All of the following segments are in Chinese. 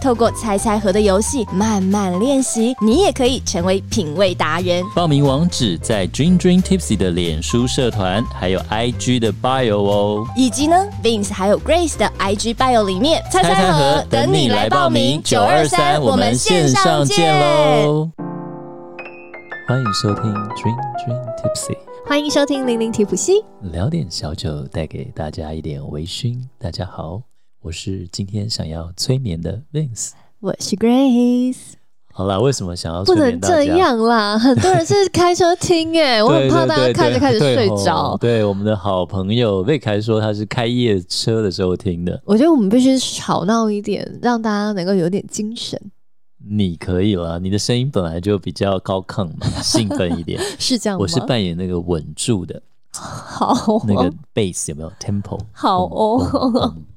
透过猜猜盒的游戏慢慢练习，你也可以成为品味达人。报名网址在 Dream Dream Tipsy 的脸书社团，还有 IG 的 bio 哦。以及呢，Vince 还有 Grace 的 IG bio 里面，猜猜猜盒等你来报名，九二三我们线上见。喽！欢迎收听 Dream Dream Tipsy。欢迎收听零零提普西，聊点小酒，带给大家一点微醺。大家好，我是今天想要催眠的 Vince。我是 Grace，好啦，为什么想不要催眠能大家？这样啦，很多人是开车听哎、 我很怕大家开着开始睡着。对我们的好朋友魏凯说，他是开夜车的时候听的。我觉得我们必须吵闹一点，让大家能够有点精神。你可以了，你的声音本来就比较高亢嘛，兴 奋一点。是这样吗？我是扮演那个稳住的好哦那个 bass 有没有 tempo？好哦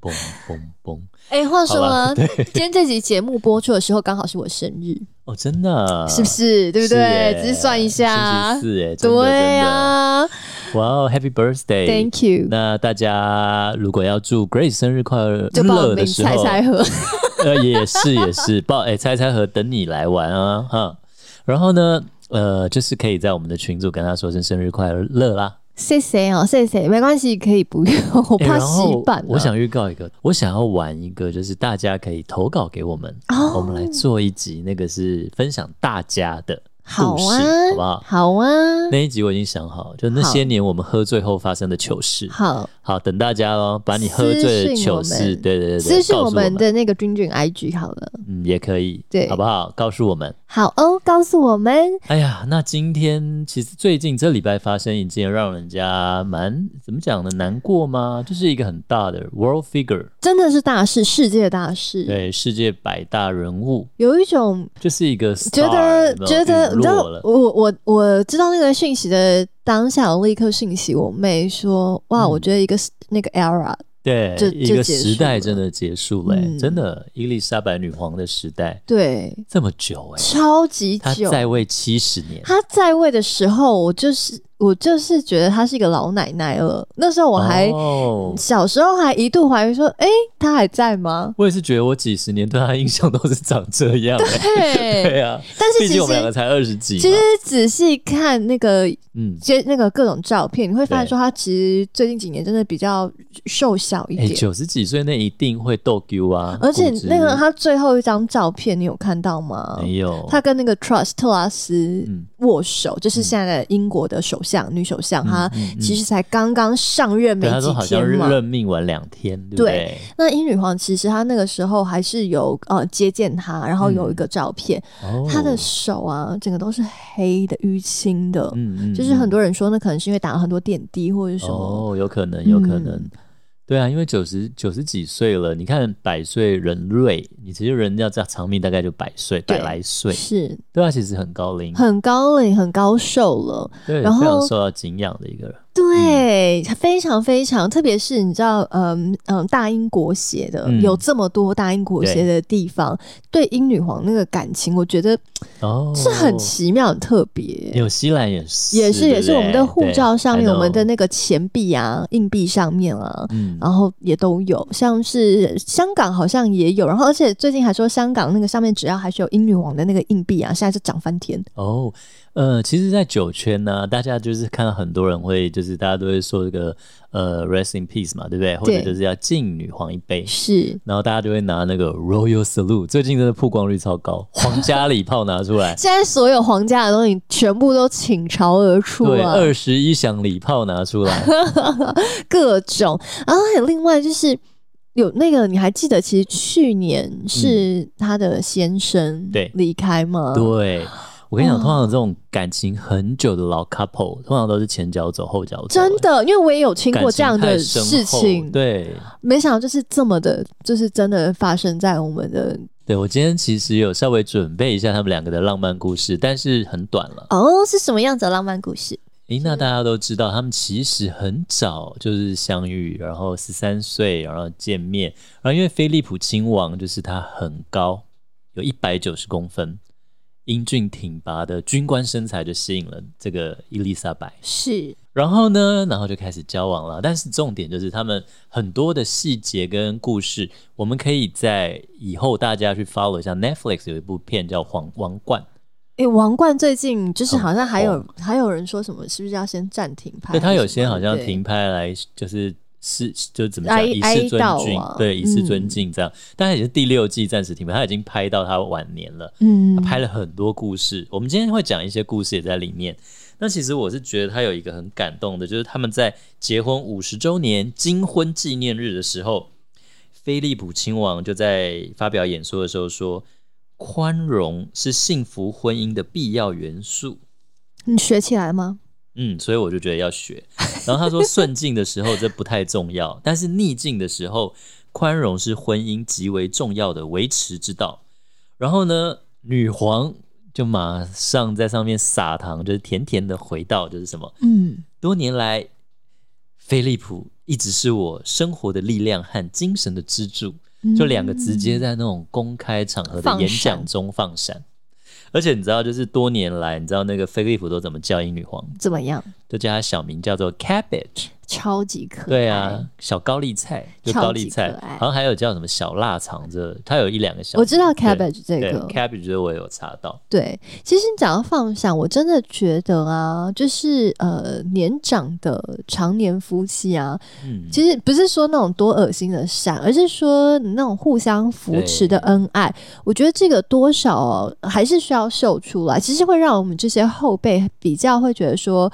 嘣，嘣嘣嘣嘣。 哎、话说好啊，吧对今天这集节目播出的时候刚好是我生日，哦，真的 啊，是不是？对不对？耶只是算一下星期，四哎，真的对啊真的哇哦，Happy Birthday！ ，Thank you，那大家如果要祝 Grace 生日快乐就报乐名的时猜候，猜盒。 呃，也是也是报哎、猜猜盒等你来玩啊哈。然后呢，呃，就是可以在我们的群组跟他说声生日快乐啦。 谢谢哦，谢谢，没关系，可以不用，我哎怕然后洗版啊、我想预告一个，我想要玩一个，就是大家可以投稿给我们，哦我们来做一集，那个是分享大家的好故事，啊，好不好？好啊，那一集我已经想好，就那些年我们喝醉后发生的糗事。好。好，等大家哦，把你喝醉的糗私讯我事，们对对对对，私信告诉我我们的那个君君 IG 好了。嗯，也可以，对好不好？告诉我们。好哦，告诉我们哎呀，那今天其实最近这礼拜发生一件让人家蛮怎么讲呢？难过吗？就是一个很大的 world figure，真的是大事，世界大事，对，世界百大人物，有一种就是一个 star, 觉得有没有觉得，陨你知道落了，我我我知道那个讯息的当下，我立刻讯息我妹说，哇，嗯我觉得一个那个 era 对就，一个就结束时代了真的结束了、哎嗯真的，伊丽莎白女皇的时代对这么久哎、超级她久，在位七十年，她在位的时候，我就是我就是觉得她是一个老奶奶了。那时候我还、哦？小时候还一度怀疑说，诶，她还在吗我也是觉得我几十年对她的印象都是长这样、哎嘿， 对啊，但是毕其竟我实们两个才二十几嘛，其实仔细看那个嗯，接那个各种照片，你会发现对说他其实最近几年真的比较瘦小一哎，点，九十几岁那一定会逗丢啊，而且估值那个他最后一张照片你有看到吗？没有，他跟那个 Trust 特拉斯嗯握手，就是现在的英国的首相、女首相，嗯她嗯嗯其实才刚刚上任没对他几说好像天嘛。任命完两天，对不对？那英女皇其实她那个时候还是有呃接见她，然后有一嗯个照片，哦她的手啊整个都是黑的淤青的，嗯嗯，就是很人多人说那可能是因为打了很多点滴或者是什么。哦，有可能，有可能。嗯对啊，因为九十九十几岁了，你看百岁人瑞，你其实人要这样长命大概就百岁百对来岁，是对啊，其实很高龄，很高龄、很高寿了。对，然后非常受到敬仰的一个人。对，嗯非常非常，特别是你知道，嗯嗯，大英国协的、嗯有这么多大英国协的地方，对英女皇那个感情，我觉得哦，是很奇妙、很特别。纽西兰也是，也是对不也是，对我们的护照上面，对我们的 I know 那个钱币啊、硬币上面啊，嗯然后也都有，像是香港好像也有，然后而且最近还说香港那个上面只要还是有英女皇的那个硬币啊，现在就涨翻天。哦，呃，其实，在酒圈呢、大家就是看到很多人会，就是大家都会说这个呃，rest in peace 嘛，对不对？或者对就是要敬女皇一杯，是，然后大家就会拿那个 royal salute，最近真的曝光率超高，皇家礼炮拿出 ，来现在所有皇家的东西全部都倾巢而出对，啊，二十一响礼炮拿出 来，各种。然后还有另外就是有那个，你还记得？其实去年是他的先生嗯对离开吗？对。我跟你讲，哇通常这种感情很久的老 couple，通常都是前脚走后脚走，真的，因为我也有听感过情这样太的深事厚情，对，没想到就是这么的，就是真的发生在我们的对我今天其实有稍微准备一下他们两个的浪漫故事，但是很短了。哦，是什么样子的浪漫故事？诶，那大家都知道，他们其实很早就是相遇，然后十三岁，然后见面，然后因为菲利普亲王就是他很高，有一百九十公分，英俊挺拔的军官身材就吸引了这个伊丽莎白。是然后呢，然后就开始交往了。但是重点就是他们很多的细节跟故事，我们可以在以后大家去 follow 一下 Netflix 有一部片叫《皇王冠》，诶，王冠最近就是好像还有、很还有人说什么，是不是要先暂停拍？哦对他有些好像对停拍来就是。是，就怎么讲？哀以哀示尊悼敬，啊对，以示嗯尊敬这样。但他也是第六季暂时停拍，他已经拍到他晚年了。嗯他拍了很多故事。我们今天会讲一些故事也在里面。那其实我是觉得他有一个很感动的，就是他们在结婚五十周年金婚纪念日的时候，菲利普亲王就在发表演说的时候说：“宽容是幸福婚姻的必要元素。”你学起来吗？嗯，所以我就觉得要学。 然后他说，顺境的时候这不太重要，但是逆境的时候，宽容是婚姻极为重要的维持之道。然后呢，女皇就马上在上面撒糖，就是甜甜的回到就是什么？嗯，多年来，菲利普一直是我生活的力量和精神的支柱。嗯就两个直接在那种公开场合的放演闪讲中放闪。而且你知道，就是多年来，你知道那个菲利普都怎么叫英女皇？怎么样？就叫它小名叫做 cabbage，超级可爱。对啊，，小高丽菜，就超级高丽菜可爱，好像还有叫什么小腊肠这，它有一两个小，我知道对 cabbage 这对个， cabbage 这我也有查到，对，其实你讲到放闪，我真的觉得啊，就是呃，年长的常年夫妻啊，嗯，其实不是说那种多恶心的闪，而是说那种互相扶持的恩爱。我觉得这个多少、哦、还是需要秀出来，其实会让我们这些后辈比较会觉得说。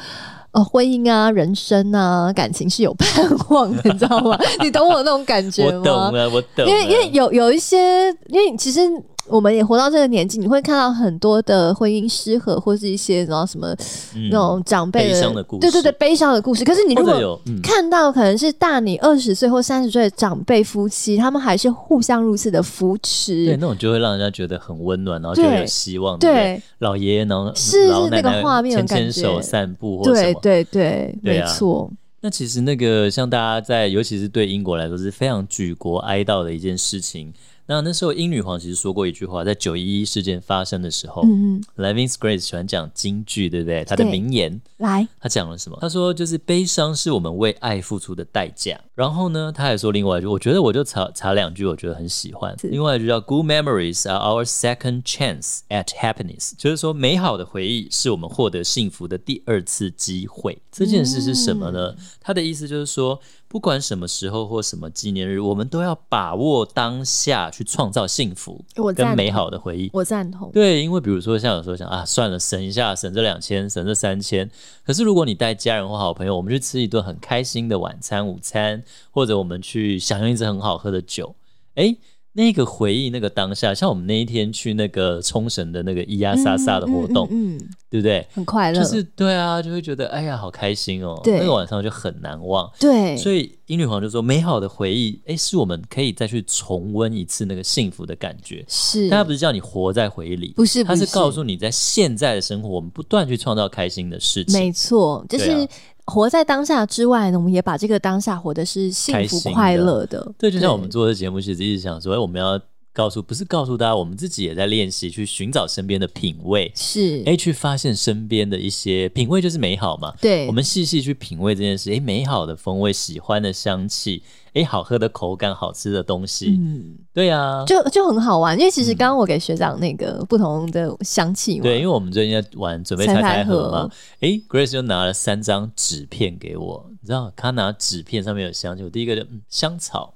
呃，婚姻啊，人生啊，感情是有盼望的，你知道 吗？你懂我那种感觉我吗？懂了，我懂了，因为因为有有一些，因为其实我们也活到这个年纪，你会看到很多的婚姻失和，或是一些然后什么嗯那种长辈悲伤的故事对对对，悲伤的故事。可是你或如者果有嗯看到可能是大你二十岁或三十岁的长辈夫妻，他们还是互相如此的扶对持，那种就会让人家觉得很温暖，然后就对有希望，对不对？老爷爷能是老奶那个奶画面的牵感牵手觉散步或什对么，对对，对没啊错，那其实那个像大家在，尤其是对英国来说是非常举国哀悼的一件事情。那那时候英女皇其实说过一句话，在九一一事件发生的时候、嗯嗯， l e v i n s Grace 喜欢讲京剧，对不对？她的对名言，来，她讲了什么？她说就是悲伤是我们为爱付出的代价。然后呢，她还说另外一句，我觉得我就查查两句，我觉得很喜欢。是另外一句叫 “Good memories are our second chance at happiness”，就是说美好的回忆是我们获得幸福的第二次机会。这件事是什么嗯呢？他的意思就是说，不管什么时候或什么纪念日，我们都要把握当下去创造幸福我赞跟同美好的回忆。我赞同，对，因为比如说像有时候想啊，算了，省一下，省这两千，省这三千。可是如果你带家人或好朋友，我们去吃一顿很开心的晚餐、午餐，或者我们去享用一支很好喝的酒，诶，那个回忆，那个当下，像我们那一天去那个冲绳的那个伊亚莎莎的活动，嗯嗯嗯嗯对不对？很快乐，就是对啊，就会觉得哎呀，好开心哦，对那个晚上就很难忘。对，所以英女皇就说，美好的回忆，诶，是我们可以再去重温一次那个幸福的感觉。是但他不是叫你活在回忆里，不是他不是是告诉你在现在的生活，我们不断去创造开心的事情。没错，就对是啊活在当下之外呢，我们也把这个当下活的是幸开福心的快乐的。对，就像我们做这节目，其实一直想说，哎，我们要告诉，不是告诉大家，我们自己也在练习去寻找身边的品味，是，哎，去发现身边的一些品味，就是美好嘛。对，我们细细去品味这件事，哎，美好的风味，喜欢的香气，哎，好喝的口感，好吃的东西，嗯，对啊，就就很好玩，因为其实刚刚我给学长那个不同的香气嘛，嗯对，因为我们最近在玩准备猜拆猜开盒盒嘛，诶 g r a c e 就拿了三张纸片给我，你知道，她拿纸片上面有香气，我第一个就嗯香草，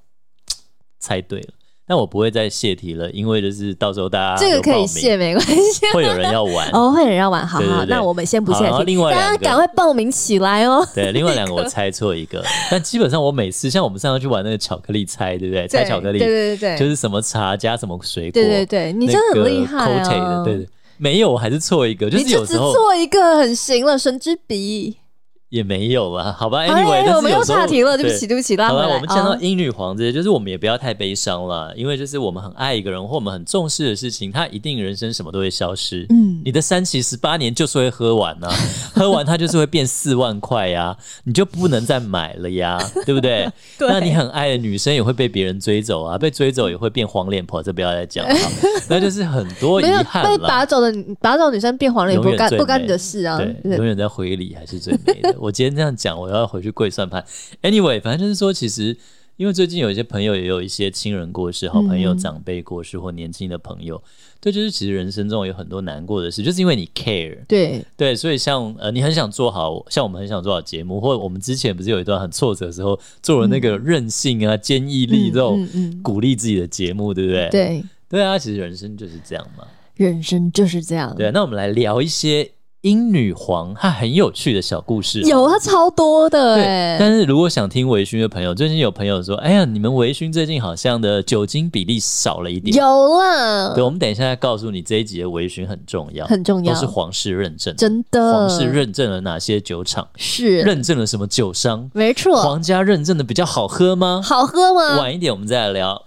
猜对了，但我不会再泄题了，因为就是到时候大家这个有可报以名卸，没关系。。会有人要玩 哦，会很让玩，好对对好，对那我们先不好现然后题，另外大家两个赶快报名起来 哦。对，另外两个我猜错一个，但基本上我每次像我们上次去玩那个巧克力猜，对不对？猜巧克力，对对对对，就是什么茶加什么水果，对对对，你那真的很个厉害 Cote 啊！的，对对，没有，我还是错一个，就你是有就只时候做一个很行了，神之笔。也没有啦，好好吧？Anyway，但哎我们是有又时候岔题了，对不起，。对不起，拉好回了，来。我们讲到啊英女皇这些，就是我们也不要太悲伤了，因为就是我们很爱一个人或我们很重视的事情，它一定人生什么都会消失。嗯你的三期十八年就是会喝完呐、 喝完它就是会变四万块呀、你就不能再买了呀，对不对？ 对那你很爱的女生也会被别人追走啊，被追走也会变黄脸婆，这不要再讲 了，那就是很多遗没有被憾了。拔走的女拔走的女生变黄了也不永远干最不干美你的事啊，对，永远在回忆里还是最美 的。我今天这样讲，我要回去跪算盘。Anyway，反正就是说，其实因为最近有一些朋友也有一些亲人过世、好朋友、嗯长辈过世或年轻的朋友，对，就是其实人生中有很多难过的事，就是因为你 care。对对，所以像呃，你很想做好，像我们很想做好节目，或者我们之前不是有一段很挫折的时候，做了那个韧性啊、坚毅力这种嗯嗯嗯鼓励自己的节目，对不对？对，对啊，其实人生就是这样嘛。人生就是这样。对，那我们来聊一些英女皇她很有趣的小故事。有啊它超多的对，哎、但是如果想听微醺的朋友，最近有朋友说，哎呀，你们微醺最近好像的酒精比例少了一点。有啦对，，我们等一下再告诉你这一集的微醺很重要，很重要都是皇室认证的，真的，皇室认证了哪些酒厂，是认证了什么酒商，没错，皇家认证的比较好喝吗？好喝吗？晚一点我们再 来聊。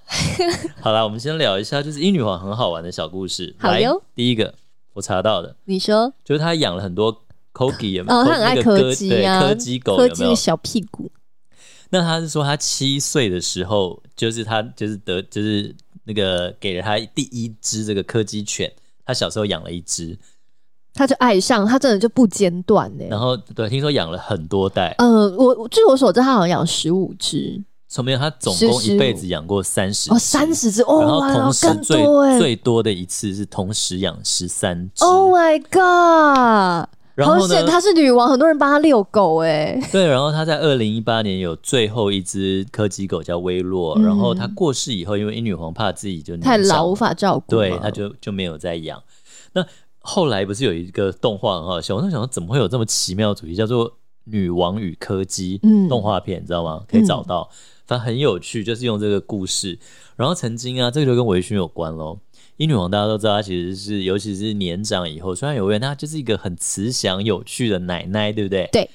好啦，我们先聊一下，就是英女皇很好玩的小故事。好来哟，第一个我查到的，你说，就是他养了很多 corgi 有没有？哦，他很那爱个柯哥基对啊，柯基狗柯有没基的有？小屁股，那他是说他七岁的时候，就是他就是得就是那个给了他第一只这个柯基犬，他小时候养了一只，他就爱上，他真的就不间断哎、然后对，听说养了很多代，呃，我我据我所知，他好像养十五只从没有他总十共十一五辈子养过三十哦，三。十只然哦，后哇，同时更最、多哎、最多的一次是同时养十三只， o h Oh my god！然哦好后呢嗯险，，她是女王，很多人帮她遛狗哎、对，然后他在二零一八年有最后一只柯基狗叫威洛，然后他过世以后，因为英女皇怕自己就年嗯太长老无了法照顾嘛，对，他就就没有再养。那后来不是有一个动画很好笑，我那时候想说怎么会有这么奇妙的主题，叫做《女王与柯基》嗯动画片，你知道吗？可以找到，反正很有趣，就是用这个故事。然后曾经啊，这个就跟微醺有关喽。英女王大家都知道，她其实是尤其是年长以后，虽然有位，她就是一个很慈祥有趣的奶奶，对不对？对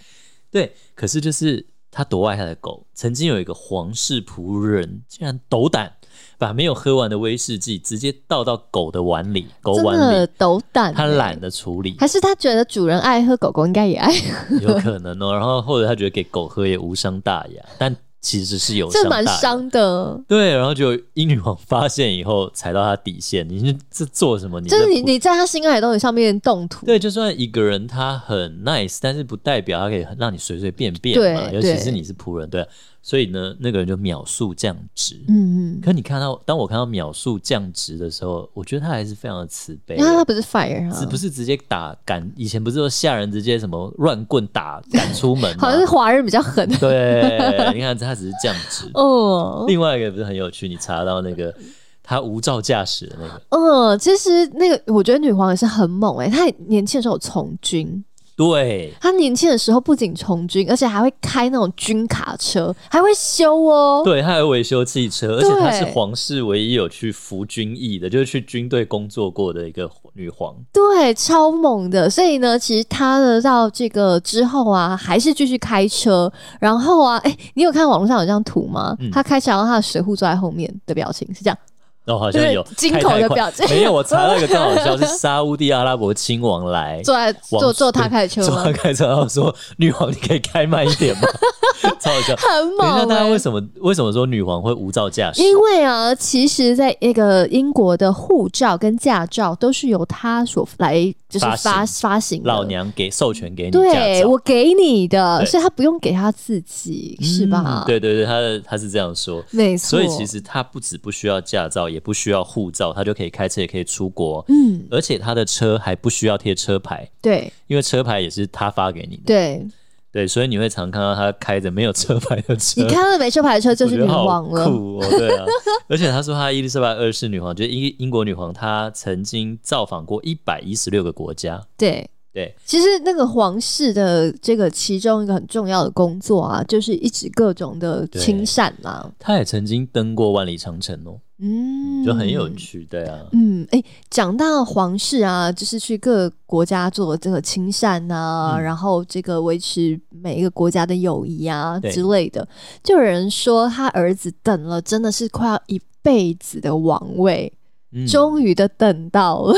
对，可是就是她多爱她的狗。曾经有一个皇室仆人竟然斗胆把没有喝完的威士忌直接倒到狗的碗 里，狗真碗的里，斗胆、欸，他懒得 处理，还是他觉得主人爱喝，狗狗应该 也爱，有可能哦。然后或者他觉得给狗喝也无伤大雅，但其实是有伤这大蛮雅。伤的。对，然后就英女王发现以后踩到他底线，你是这做什么？你就是这你不你在他心爱的东西上面动土，对，就算一个人他很 nice，但是不代表他可以很让你随随便便嘛，对尤其是对你是仆人，对啊、所以呢，那个人就秒速降职。嗯嗯，可你看到，当我看到秒速降职的时候，我觉得他还是非常的慈悲因为他啊。不是 fire 啊只，不是直接打赶，以前不是说吓人直接什么乱棍打赶出门吗？好像是华人比较狠对，你看他只是降职。 哦。另外一个不是很有趣，你查到那个他无照驾驶的那个，嗯，其实那个我觉得女皇也是很猛哎、她年轻的时候有从军，对，她年轻的时候不仅从军，而且还会开那种军卡车，还会修哦。对，他还维修汽车，而且对她是皇室唯一有去服军役的，就是去军队工作过的一个女皇。对，超猛的。所以呢，其实他呢到这个之后啊，还是继续开车。然后啊，哎、你有看网络上有张图吗？嗯他开车，然后他的水户坐在后面的表情是这样，哦，好像 有就是惊开恐太的快表情没有，我查到一个更好笑，是沙乌地阿拉伯亲王 来坐在往坐坐他开的车坐吗他？开车，然后说女皇你可以开慢一点吗？ 超 好笑。很等一下，猛、大家为欸。什么为什么说女皇会无照驾驶？因为啊，其实，在那个英国的护照跟驾照都是由他所来就是发发行发行的，老娘给授权给你驾对照我。给你的，对所以他不用给他自己，是吧嗯？，对对对，他的他是这样说，没错。所以其，实他不止不需要驾照，也不需要护照，他就可以开车，也可以出国，嗯，而且他的车还不需要贴车牌，对因为车牌也是他发给你的。对，对，所以你会常看到他开着没有车牌的车。你看到没车牌的车就是女皇我觉得了，好酷哦，对 啊。而且他说他伊丽莎白二世女皇，就是英英国女皇，她曾经造访过一百一十六个国家。对。对，其实那个皇室的这个其中一个很重要的工作啊，就是一直各种的对亲善啦、她也曾经登过万里长城哦。嗯就很有趣，对啊，嗯，哎、讲到皇室啊，就是去各个国家做这个亲善啊，嗯然后这个维持每一个国家的友谊啊对之类的，就有人说他儿子等了真的是快要一辈子的王位，嗯 终于的等到了。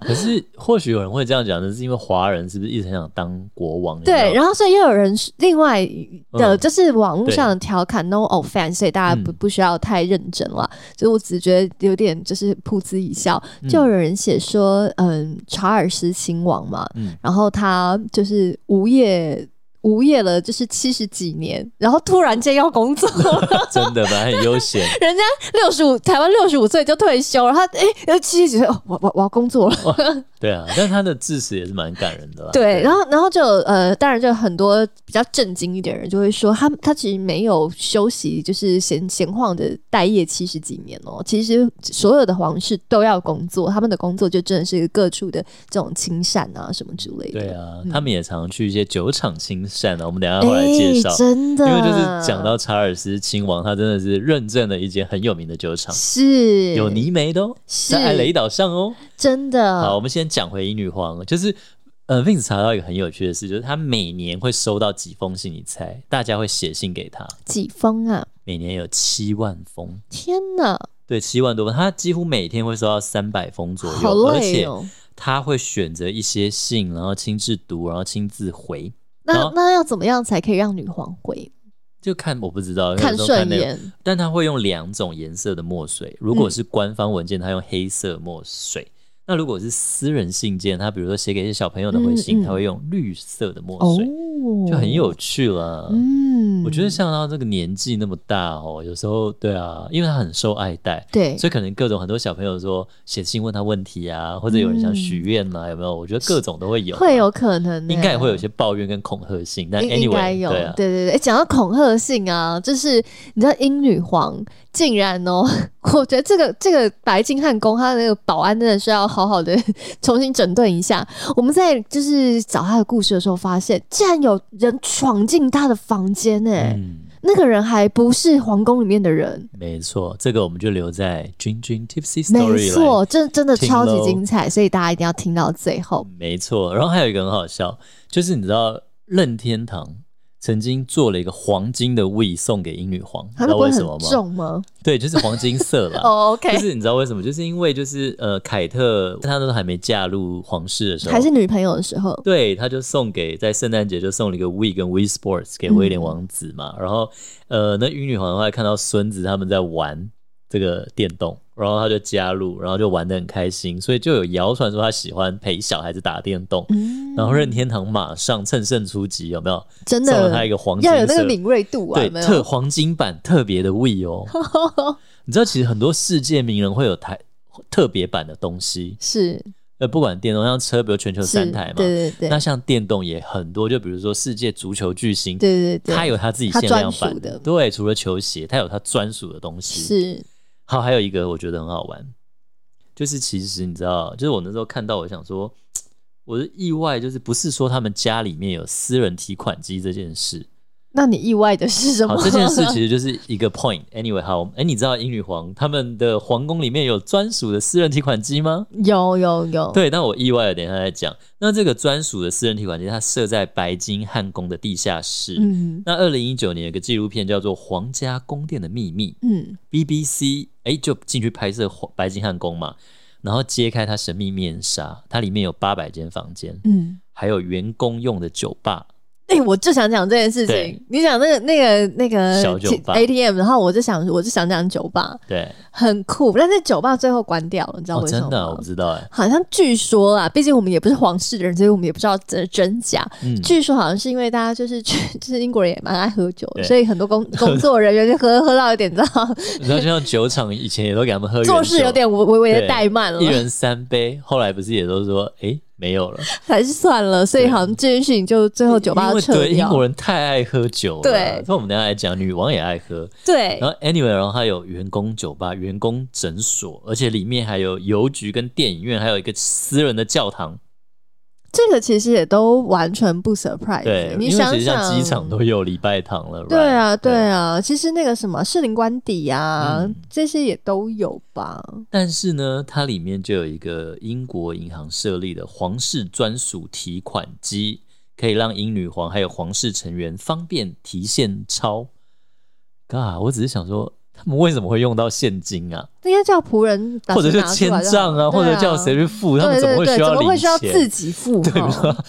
可是或许有人会这样讲，那是因为华人是不是一直很想当国王？有没对，有然后所以又有人另外的，嗯就是网络上的调侃 “no offense”，所以大家不嗯不需要太认真了。所以我只觉得有点就是噗嗤一笑。嗯就有人写说，嗯，查尔斯亲王嘛，嗯然后他就是无业。无业了，就是七十几年，然后突然间要工 作，真的吧，很悠 闲。人家六十五，台湾六十五岁就退休了，他哎，七十几岁，哦，我我我要工作了，对啊，但他的致辞也是蛮感人的啦。啊对，然后然后就呃，当然就很多比较震惊一点的人就会说，他他其实没有休息，就是闲闲晃的待业七十几年哦。其实所有的皇室都要工作，他们的工作就真的是各处的这种亲善啊什么之类的。对啊嗯，他们也常去一些酒厂亲善啊，我们等一下会来介绍哎。真的，因为就是讲到查尔斯亲王，他真的是认证了一间很有名的酒厂，是有泥煤的哦，是啊在艾雷岛上哦。真的，好，我们先讲回英女皇，就是呃，Vince 查到一个很有趣的事，就是他每年会收到几封信，你猜？大家会写信给他，几封啊！每年有七万封，天哪，对，七万多封，他几乎每天会收到三百封左右，好而累且哦。他会选择一些信，然后亲自读，然后亲自回，然那后那要怎么样才可以让女皇回就看我不知道，看有时候顺那个眼？但他会用两种颜色的墨水，如果是官方文件，他用黑色墨水。那如果是私人信件，他比如说写给一些小朋友的回信，嗯嗯他会用绿色的墨哦水，，就很有趣了。嗯，我觉得像他这个年纪那么大哦，有时候对啊，因为他很受爱戴，对，所以可能各种很多小朋友说写信问他问题啊，或者有人想许愿啊，有没有？我觉得各种都会有，会有，可能、应该也会有欸。些抱怨跟恐吓信，但应应该 anyway，有，对啊，对对对。讲到恐吓性啊，就是你知道英女皇竟然哦， 我觉得这个这个白金汉宫他的那个保安真的是要好好的 重新整顿一下。我们在就是找他的故事的时候，发现竟然有人闯进他的房间哎、嗯，那个人还不是皇宫里面的人，没错，这个我们就留在君君 Tipsy 没 Story 来错，真真的听超级咯精彩，所以大家一定要听到最后。没错，然后还有一个很好笑，就是你知道任天堂曾经做了一个黄金的 We 送给英女皇，你他那知道不会为很什么吗？重 吗？对，就是黄金色 啦。哦，OK、o 就 k 是你知道为什么？就是因为就是呃，凯特她那时候还没嫁入皇室的时候，还是女朋友的时候，对，他就送给在圣诞节就送了一个 We 跟 We Sports 给嗯威廉王子嘛。然后呃，那英女皇的话看到孙子他们在玩这个电动，然后他就加入，然后就玩的很开心，所以就有谣传说他喜欢陪小孩子打电动。嗯然后任天堂马上趁胜出击，有没有？真送了他的一个黄金要有那个色敏锐度啊，对有没特有？黄金版特别的 We 哦。你知道，其实很多世界名人会有台特别版的东西，是呃，不管电动像车，比如全球是，三台嘛，对对对那像电动也很多，就比如说世界足球巨星，对对对，他有他自己限量他专属版的对，除了球鞋，他有他专属的东西。，是好，还有一个我觉得很好玩，就是其实你知道，就是我那时候看到，我想说，我的意外就是不是说他们家里面有私人提款机这 件事，那你意外的是什么好，？这件事其实就是一个 point。Anyway，好，哎、你知道英女皇他们的皇宫里面有专属的私人提款机吗？ 有有有，对，但我意外的，等一下再讲。那这个专属的私人提款机，它设在白金汉宫的地下室。嗯那二零一九年有个纪录片叫做《皇家宫殿的秘密嗯，》 ，BBC 哎就进去拍摄皇白金汉宫嘛，然后揭开它神秘面纱，它里面有八百间房间，嗯，还有员工用的酒吧。哎、我就想讲这件事情对。你讲那个那个那个小酒吧 ATM，然后我就想我就想讲酒吧对，很酷，但是酒吧最后关掉了，你知道哦，为什么真吗？的啊我不知道哎，好像据说啊，毕竟我们也不是皇室的人，所以我们也不知道真真假。嗯，据说好像是因为大家就是去， 就是英国人也蛮爱喝酒的，对所以很多 工工作人员就喝喝到有点，你知道，你知道，就像酒厂以前也都给他们喝原 酒，做事有点微微微的怠慢一了，人三杯，后来不是也都说哎没有了， 还是算了。所以好像这件事情就最后酒吧因为撤对英掉国。人太爱喝酒了，对那我们等一下来讲，女王也爱喝，对然，后 anyway，然后还有员工酒吧、员工诊所，而且里面还有邮局跟电影院，还有一个私人的教堂，这个其实也都完全不 surprise。对，哎你因为想其实像想，机场都有礼拜堂了，对啊， right？对啊，其实那个什么士林官邸啊，嗯这些也都有吧。但是呢，它里面就有一个英国银行设立的皇室专属提款机，可以让英女皇还有皇室成员方便提现钞。God，我只是想说，他们为什么会用到现金啊？应该叫仆人打或者算是拿出千来就好，账对啊，或者叫谁去付？他对们怎对么对，会需要怎么会零需要自钱？己付？ 对哈吧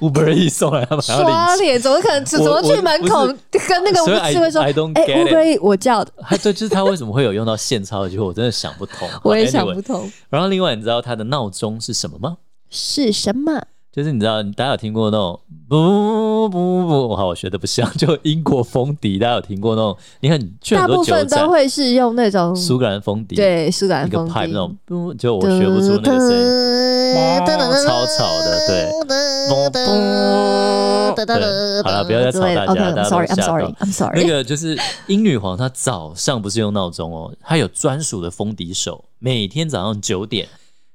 ？Uber E 送来，他们还要刷零钱。脸，怎么可 能？怎我么我去门不是口跟那个所以侍卫说 I- I don't：“ 哎 get it ，Uber，Eats，我叫的。他对，就是他为什么会有用到现钞？就我真的想不通”。我也想哦 Anyway，不通然后另外，你知道它的闹钟是什么吗？是什么。就是你知道，大家有听过那种不不不不不，好，我学的不像，就英国风笛，大家有听过那种？你看，去大很部多酒分展都，会是用那种苏格兰风笛，，对苏格兰一个风 pipe 笛那种，不，就我学不出那个声音。哦超吵的对咚咚对好了不要再吵大家 OK，大 I'm 家都 sorry，I'm 吓到 sorry，I'm 那 sorry。个就是英女皇，她早上不是用闹钟哦，她有专属的风笛手，每天早上九点，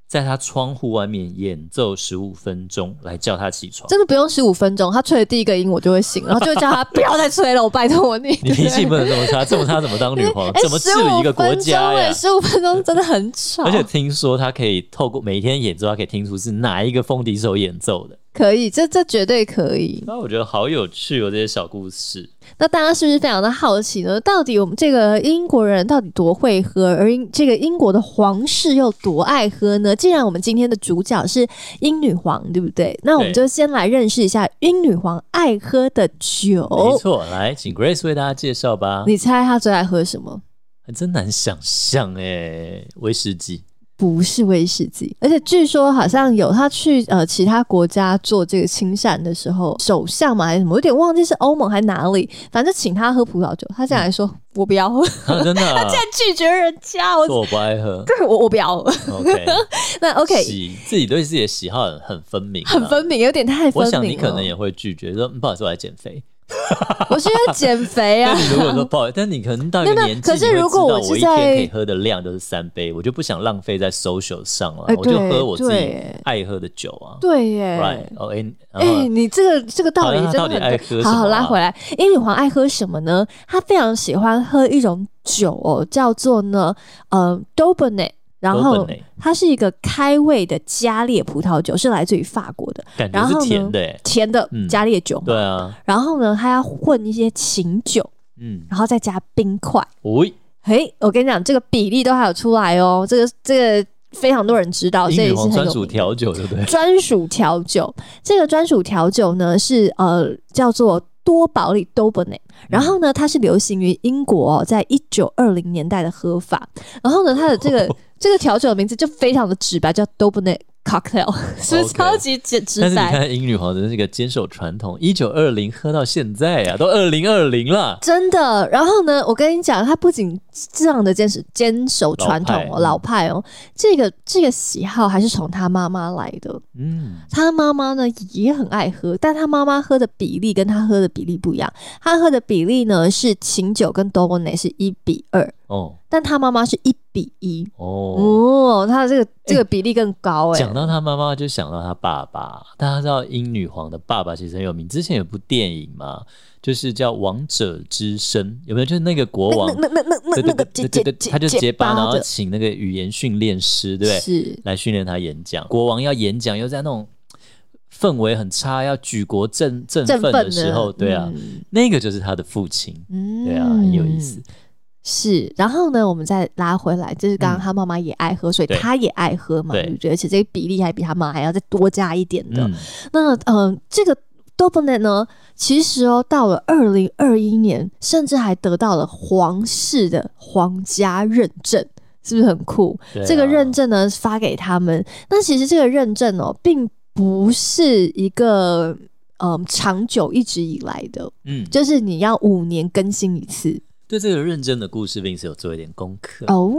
在她窗户外面演奏十五分钟，来叫她起床。真的不用十五分钟，他吹的第一个音我就会醒，然后就会叫他不要再吹了，我拜托你。 哎你脾气不能这么差，这么差 怎么当女皇？怎么治理一个国家呀？十五分钟哎真的很吵，而且听说她可以透过每天演奏，她可以听出是哪一个风笛手演奏的。可以，这这绝对可以。那我觉得好有趣哦，这些小故事。那大家是不是非常的好奇呢？到底我们这个英国人到底多会喝，而英这个英国的皇室又多爱喝呢？既然我们今天的主角是英女皇，对不对？那我们对就先来认识一下英女皇爱喝的没酒。错，来，请 Grace 为大家介绍吧。哦你猜她最爱喝什么？还真难想象哎，威 士忌。不是威士忌，而且据说好像有他去呃其他国家做这个亲善的时候，首相嘛还是什么，我有点忘记是欧盟还哪里，反正请他喝葡萄酒，他竟然还说、我不要喝， 啊、真的、啊，拒绝人家，我说我不爱喝。我我不要 喝。 OK 那 OK，喜自己对自己的喜好很很分明、啊很分。明，啊有点太分我明了。想你可能也会拒绝，说、嗯、不好意思，我来减肥。我是因为减肥啊 但。你如果说不好，但你可能到一 没个有年纪，可是你会如果知道我我是一天在可以喝的量都是三杯，我就不想浪费在 social 上了，哎我就对喝我自己对爱喝的酒啊。对耶。 Right，哦、哎，然哎、后你这个这个道理好真的那她到底爱很喝对。什么啊好，拉回来，英女皇爱喝什么呢？她非常喜欢喝一种酒哦，叫做呢，呃 d o b e r n e 然后 Dubonnet 它是一个开胃的加烈葡萄酒，是来自于法国的，感觉然后是呢甜的、哎甜的嗯加烈酒嘛。对啊，然后呢，它要混一些琴酒，嗯，然后再加冰块。喂、嘿，我跟你讲，这个比例都还有出来哦，这个这个非常多人知道，这嗯英也女是皇很专有属名的调酒，对不对？专属调酒。这个专属调酒呢是呃叫做多宝里 d o b e r n e 然后呢它是流行于英国、哦，在一九二零年代的喝法。然后呢它的这 个这个调酒的名字就非常的直白，叫 d o b e r n e Cocktail，是不是 OK 超级直直但是你白？看，英女皇真是个坚守传统，一九二零喝到现在啊，都二零二零了。真的，然后呢？我跟你讲，他不仅这样的坚持坚守传统哦，老嗯老派哦，这个这个喜好还是从他妈妈来的。嗯，他妈妈呢也很爱喝，但他妈妈喝的比例跟他喝的比例不一样。他喝的比例呢是琴酒跟 d o b o n e 是一比二，哦但他妈妈是一比一。哦，哦，他这个这个比例更高哎、讲、到她妈妈，就想到她爸爸。大家知道英女皇的爸爸其实很有名，之前有部电影嘛，就是叫《王者之声》，有没有？就是那个国王，那那那那那对那个啊结对对结对对，结他就结巴，然后的，请那个语言训练师，对不对？是来训练他演讲。国王要演讲，又在那种氛围很差，要举国振振振奋奋嗯的呢时候，对啊，嗯那个就是他的父亲。对啊，很有意思。是，然后呢，我们再拉回来，就是刚刚他妈妈也爱喝，所以嗯对他也爱喝嘛，对对不对？而且这个比例还比他妈还要再多加一点的。嗯，那嗯、呃这个 d o b o n e 呢，其实哦，到了二零二一年，甚至还得到了皇室的皇家认证。是不是很酷？对这个啊认证呢发给他们。那其实这个认证哦，并不是一个嗯、长久一直以来的，嗯，就是你要五年更新一次对这个认真的故事 v i n c 有做一点功课。哦。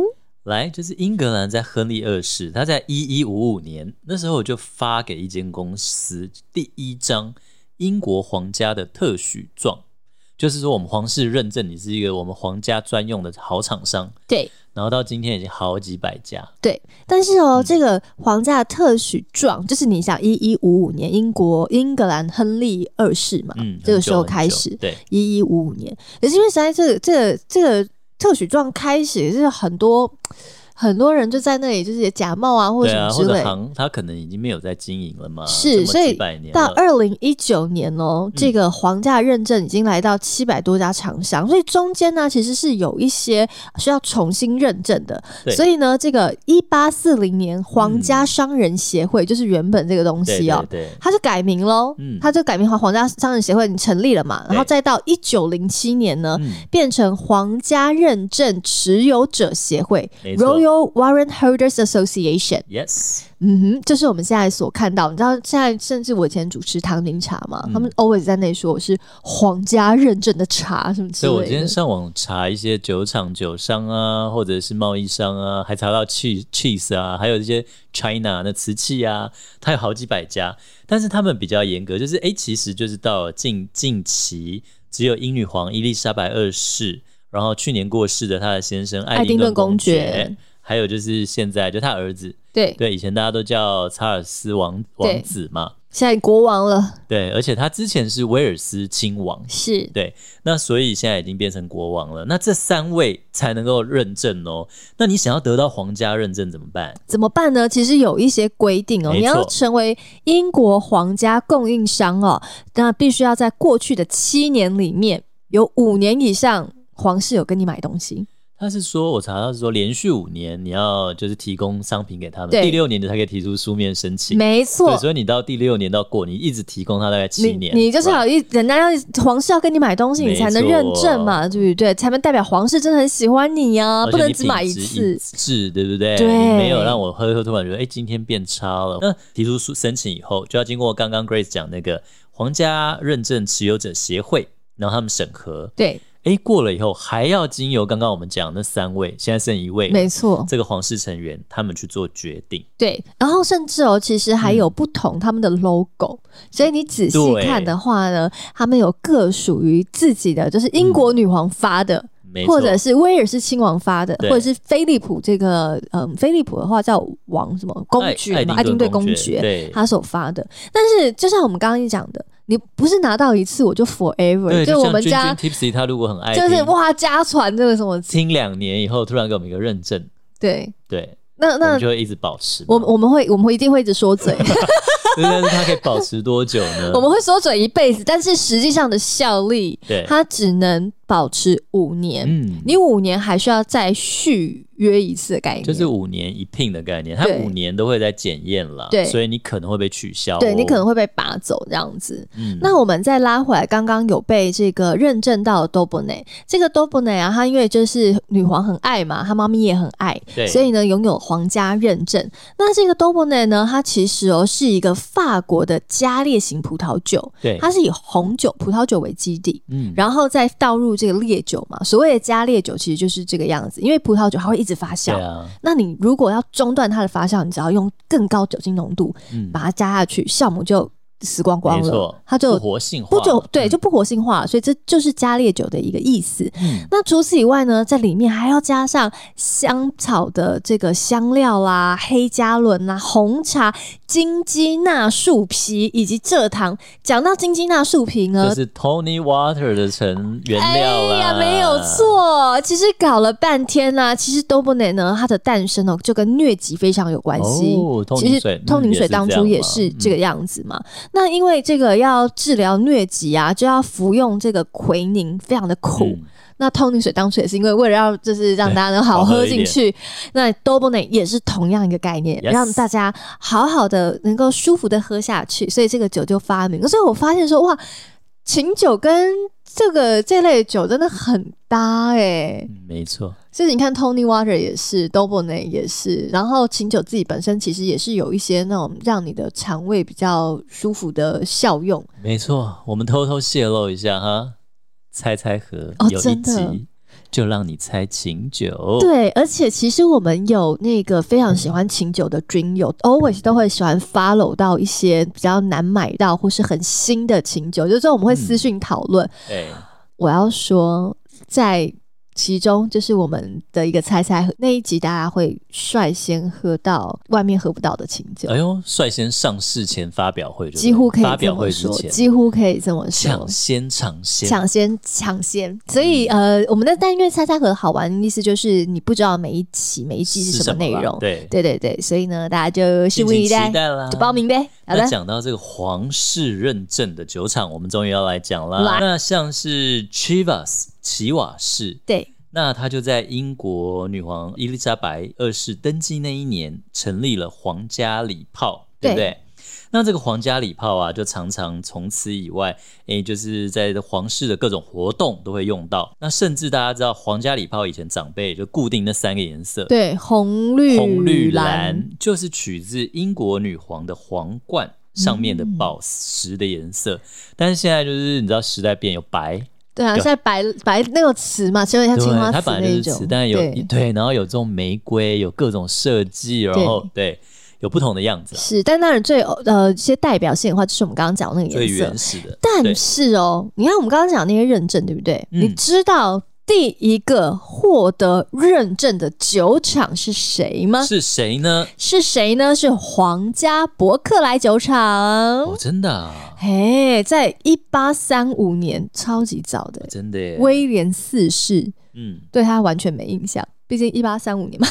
来，就是英格兰在亨利二世，他在一一五五年那时候我就发给一间公司第一张英国皇家的特许状，就是说我们皇室认证你是一个我们皇家专用的好厂商。对，然后到今天已经好几百家，对，但是哦，嗯这个皇家特许状就是你想一一五五年英国英格兰亨利二世嘛，嗯，啊这个很久时候很久开始对，一一五五年，也是因为实在这个这个这个特许状开始也是很多很多人就在那里就是也假冒啊或者对什么啊，之或类者。行他可能已经没有在经营了嘛，是这么所以几百年到了嗯二零一九年哦，这个皇家认证已经来到七百多家厂商，所以中间呢其实是有一些需要重新认证的。对所以呢，这个一八四零年皇家商人协会、就是原本这个东对西哦嗯对，对，它就改名喽，嗯它就改名皇皇家商人协会，你成立了嘛，然后对再到一九零七年呢，嗯，变成皇家认证持有者协会没错 （Royal Warrant Holders Association）。 Yes，嗯哼，就是我们现在所看到，你知道现在甚至我以前主持唐宁茶嘛，嗯他们 always 在那说我是皇家认证的茶什么之所以我今类天的。上网查一些酒厂、酒商啊，或者是贸易商啊，还查到 cheese cheese 啊，还有一些 China 的瓷器啊，它有好几百家，但是他们比较严格，就是诶，其实就是到了近近期，只有英女皇伊丽莎白二世，然后去年过世的她的先生爱爱丁丁顿顿公公爵爵，还有就是现在就他儿子，对，对，以前大家都叫查尔斯王对王子嘛，现在国王了，对，而且他之前是威尔斯亲王，是那所以现在已经变成国王了。那这三位才能够认证哦。那你想要得到皇家认证怎么办？怎么办呢？其实有一些规定哦，没错你要成为英国皇家供应商哦，那必须要在过去的七年里面有五年以上皇室有跟你买东西。他是说，我查到是说，连续五年你要就是提供商品给他们，对第六年你才可以提出书面申请。没错对，，所以你到第六年到过，你一直提供他大概七你年你就是要一人家要皇室要跟你买东西，没你才能认证嘛，对不对？才能代表皇室真的很喜欢你呀、而且不能你只买品一质次。致对不对？对你没有让我喝一喝，突然觉得哎、诶今天变差了。那提出书申请以后，就要经过刚刚 Grace 讲那个皇家认证持有者协会，然后他们审核，对，哎、过了以后还要经由刚刚我们讲那三位，现在剩一位了，没错，这个皇室成员他们去做决定。对。然后甚至哦，其实还有不同他们的 logo，、所以嗯你仔细对看的话呢，他们有各属于自己的，就是英国女王发的。没错，或者是威尔士亲王发的，或对者是菲利普这个，嗯，菲利普的话叫王什么公爱爵嘛，爱丁顿公公爵，对他所发的。但是就像我们刚刚一讲的，你不是拿到一次我就 forever，对，就就我像们君君家 Tipsy 他如果很爱听，就是哇家传这个什么听两年以后突然给我们一个认证，对，对，那我那们就会一直保持嘛。我们我们会我们会一定会一直说 嘴，对 但是他可以保持多久呢？我们会说嘴一辈子，但是实际上的效力，对它只能保持五年。嗯，你五年还需要再续约一次的概念，就是五年一聘的概念，它对五年都会在检验了，对所以你可能会被取消、哦，对你可能会被拔走这样子。嗯，那我们再拉回来，刚刚有被这个认证到的 d o b o n e 这个 d o b o n e 啊，她因为就是女皇很爱嘛，她妈咪也很爱，对，所以呢拥有皇家认证。那这个 d o b o n e 呢，它其实哦是一个法国的加烈型葡萄酒，对，它是以红酒、葡萄酒为基底。嗯，然后再倒入这个烈酒嘛，所谓的加烈酒其实就是这个样子，因为葡萄酒它会一直发酵对，啊，那你如果要中断它的发酵，你只要用更高酒精浓度嗯，把它加下去，酵母就死光光没了错，它就不活性化不久了对就不活性化了，所以这就是加烈酒的一个意思。嗯那除此以外呢，在里面还要加上香草的这个香料啦、黑加仑啦、红茶、金鸡纳树皮以及蔗糖。讲到金鸡纳树皮呢，就是 Tony Water 的成原料啦，呃哎呀，没有，错。其实搞了半天啦、其实 d o b o n e 呢，它的诞生哦，就跟疟疾非常有关系。哦通灵其实水通灵嗯水也是当这初样也嘛嗯是这个样子嘛。那因为这个要治疗疟疾啊，就要服用这个奎宁，非常的苦。嗯那通灵水当初也是因为为了要就是让大家能好好喝喝一进点去，那 d o b o n e 也是同样一个概念 Yes 让大家好好的能够舒服的喝下去，所以这个酒就发明。所以我发现说，哇，琴酒跟这个这类酒真的很搭哎、嗯没错，就是你看 Tony Water 也是 d o b o n e 也是，然后琴酒自己本身其实也是有一些那种让你的肠胃比较舒服的效用。没错，我们偷偷泄露一下哈，猜猜盒、哦有一真的集就让你猜琴酒，对，而且其实我们有那个非常喜欢琴酒的军友，always 都会喜欢 follow 到一些比较难买到或是很哎新的琴酒，就是我们会私讯讨论。对，我要说，在其中就是我们的一个猜猜喝那一集，大家会率先喝到外面喝不到的清酒，哎呦，率先上市前发表会就对了，几乎可发以这表么会之说，前几乎可以这么说抢。先抢先，抢先抢先，所以呃，嗯我们的但因为猜猜盒好玩，意思就是你不知道每一期每一季是是什么内啦容，对，对对对，所以呢，大家就敬拭目请以待期，待啦，就报名呗。好的那，讲到这个皇室认证的酒厂，我们终于要来讲啦来。那像是 Chivas 奇瓦士，对，那它就在英国女皇伊丽莎白二世登基那一年成立了皇家礼炮，对不对对？那这个皇家礼炮啊，就常常从此以外，诶，就是在皇室的各种活动都会用到。那甚至大家知道，皇家礼炮以前长辈就固定那三个颜色，对，红绿红绿蓝蓝，就是取自英国女皇的皇冠上面的宝石的颜色，但是现在就是你知道时代变，有白，对啊，对现在白白那个词嘛，其实有点像青对，花它瓷本那来就一是种瓷，，但有对对，然后有这种玫瑰，有各种设计，然后对，有不同的样子啊，是，但当然最呃一些代表性的话，就是我们刚刚讲的那个最颜色原。始的，对但是哦，你看我们刚刚讲的那些认证，对不对？嗯你知道第一个获得认证的酒厂是谁吗？是谁呢？是谁呢？是皇家伯克莱酒厂哦，。真的啊，嘿，在一八三五年，超级早的哦，真的耶，威廉四世嗯，对他完全没印象，毕竟一八三五年嘛。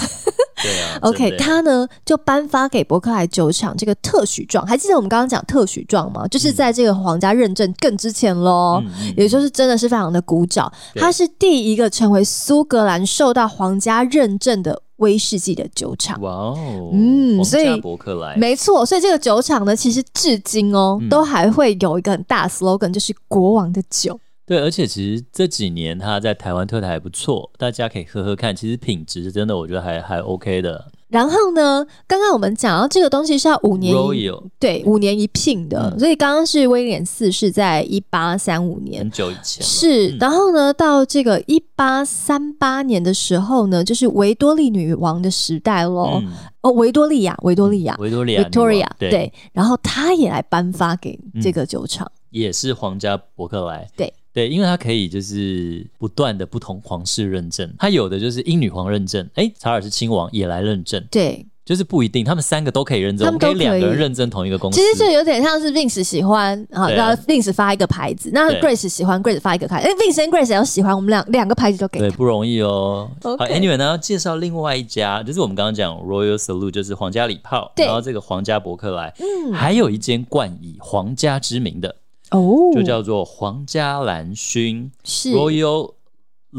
对啊 OK，真的耶他呢就颁发给伯克莱酒厂这个特许状，还记得我们刚刚讲特许状吗？就是在这个皇家认证更之前喽。嗯嗯哦也就是真的是非常的古早，对它是第一个成为苏格兰受到皇家认证的威士忌的酒厂。哇哦，嗯皇所家以伯克莱，没错，所以这个酒厂呢，其实至今哦，嗯都还会有一个很大 slogan，就是国王的酒。对，而且其实这几年他在台湾推的还不错，大家可以喝喝看。其实品质真的，我觉得还还 OK 的。然后呢，刚刚我们讲到这个东西是要五年一 Royal 对，五年一聘的，嗯所以刚刚是威廉四世在一八三五年很。久以前了，是，嗯然后呢，到这个一八三八年的时候呢，就是维多利女王的时代喽。嗯哦，维多利亚，维多利亚维多利亚女王，Victoria，对，然后她也来颁发给这嗯个酒厂。也是皇家伯克莱，对对，因为它可以就是不断的不同皇室认证，它有的就是英女皇认证，哎，查尔斯亲王也来认证，对，就是不一定，他们三个都可以认证，他我们们都以两可个人以认证同一个公司，其实就有点像是 Vince 喜欢啊，对然啊后 Vince 发一个牌子，那对 Grace 喜欢 Grace 发一个牌子，哎，Vince 跟 Grace 也要喜欢，我们两两个牌子都给对，他。不容易哦。好 OK ，Anyway 呢，要介绍另外一家，就是我们刚刚讲 Royal Salute，就是皇家礼炮，对然后这个皇家伯克莱，嗯还有一间冠以皇家之名的，哦就叫做皇家蓝勋是 （Royal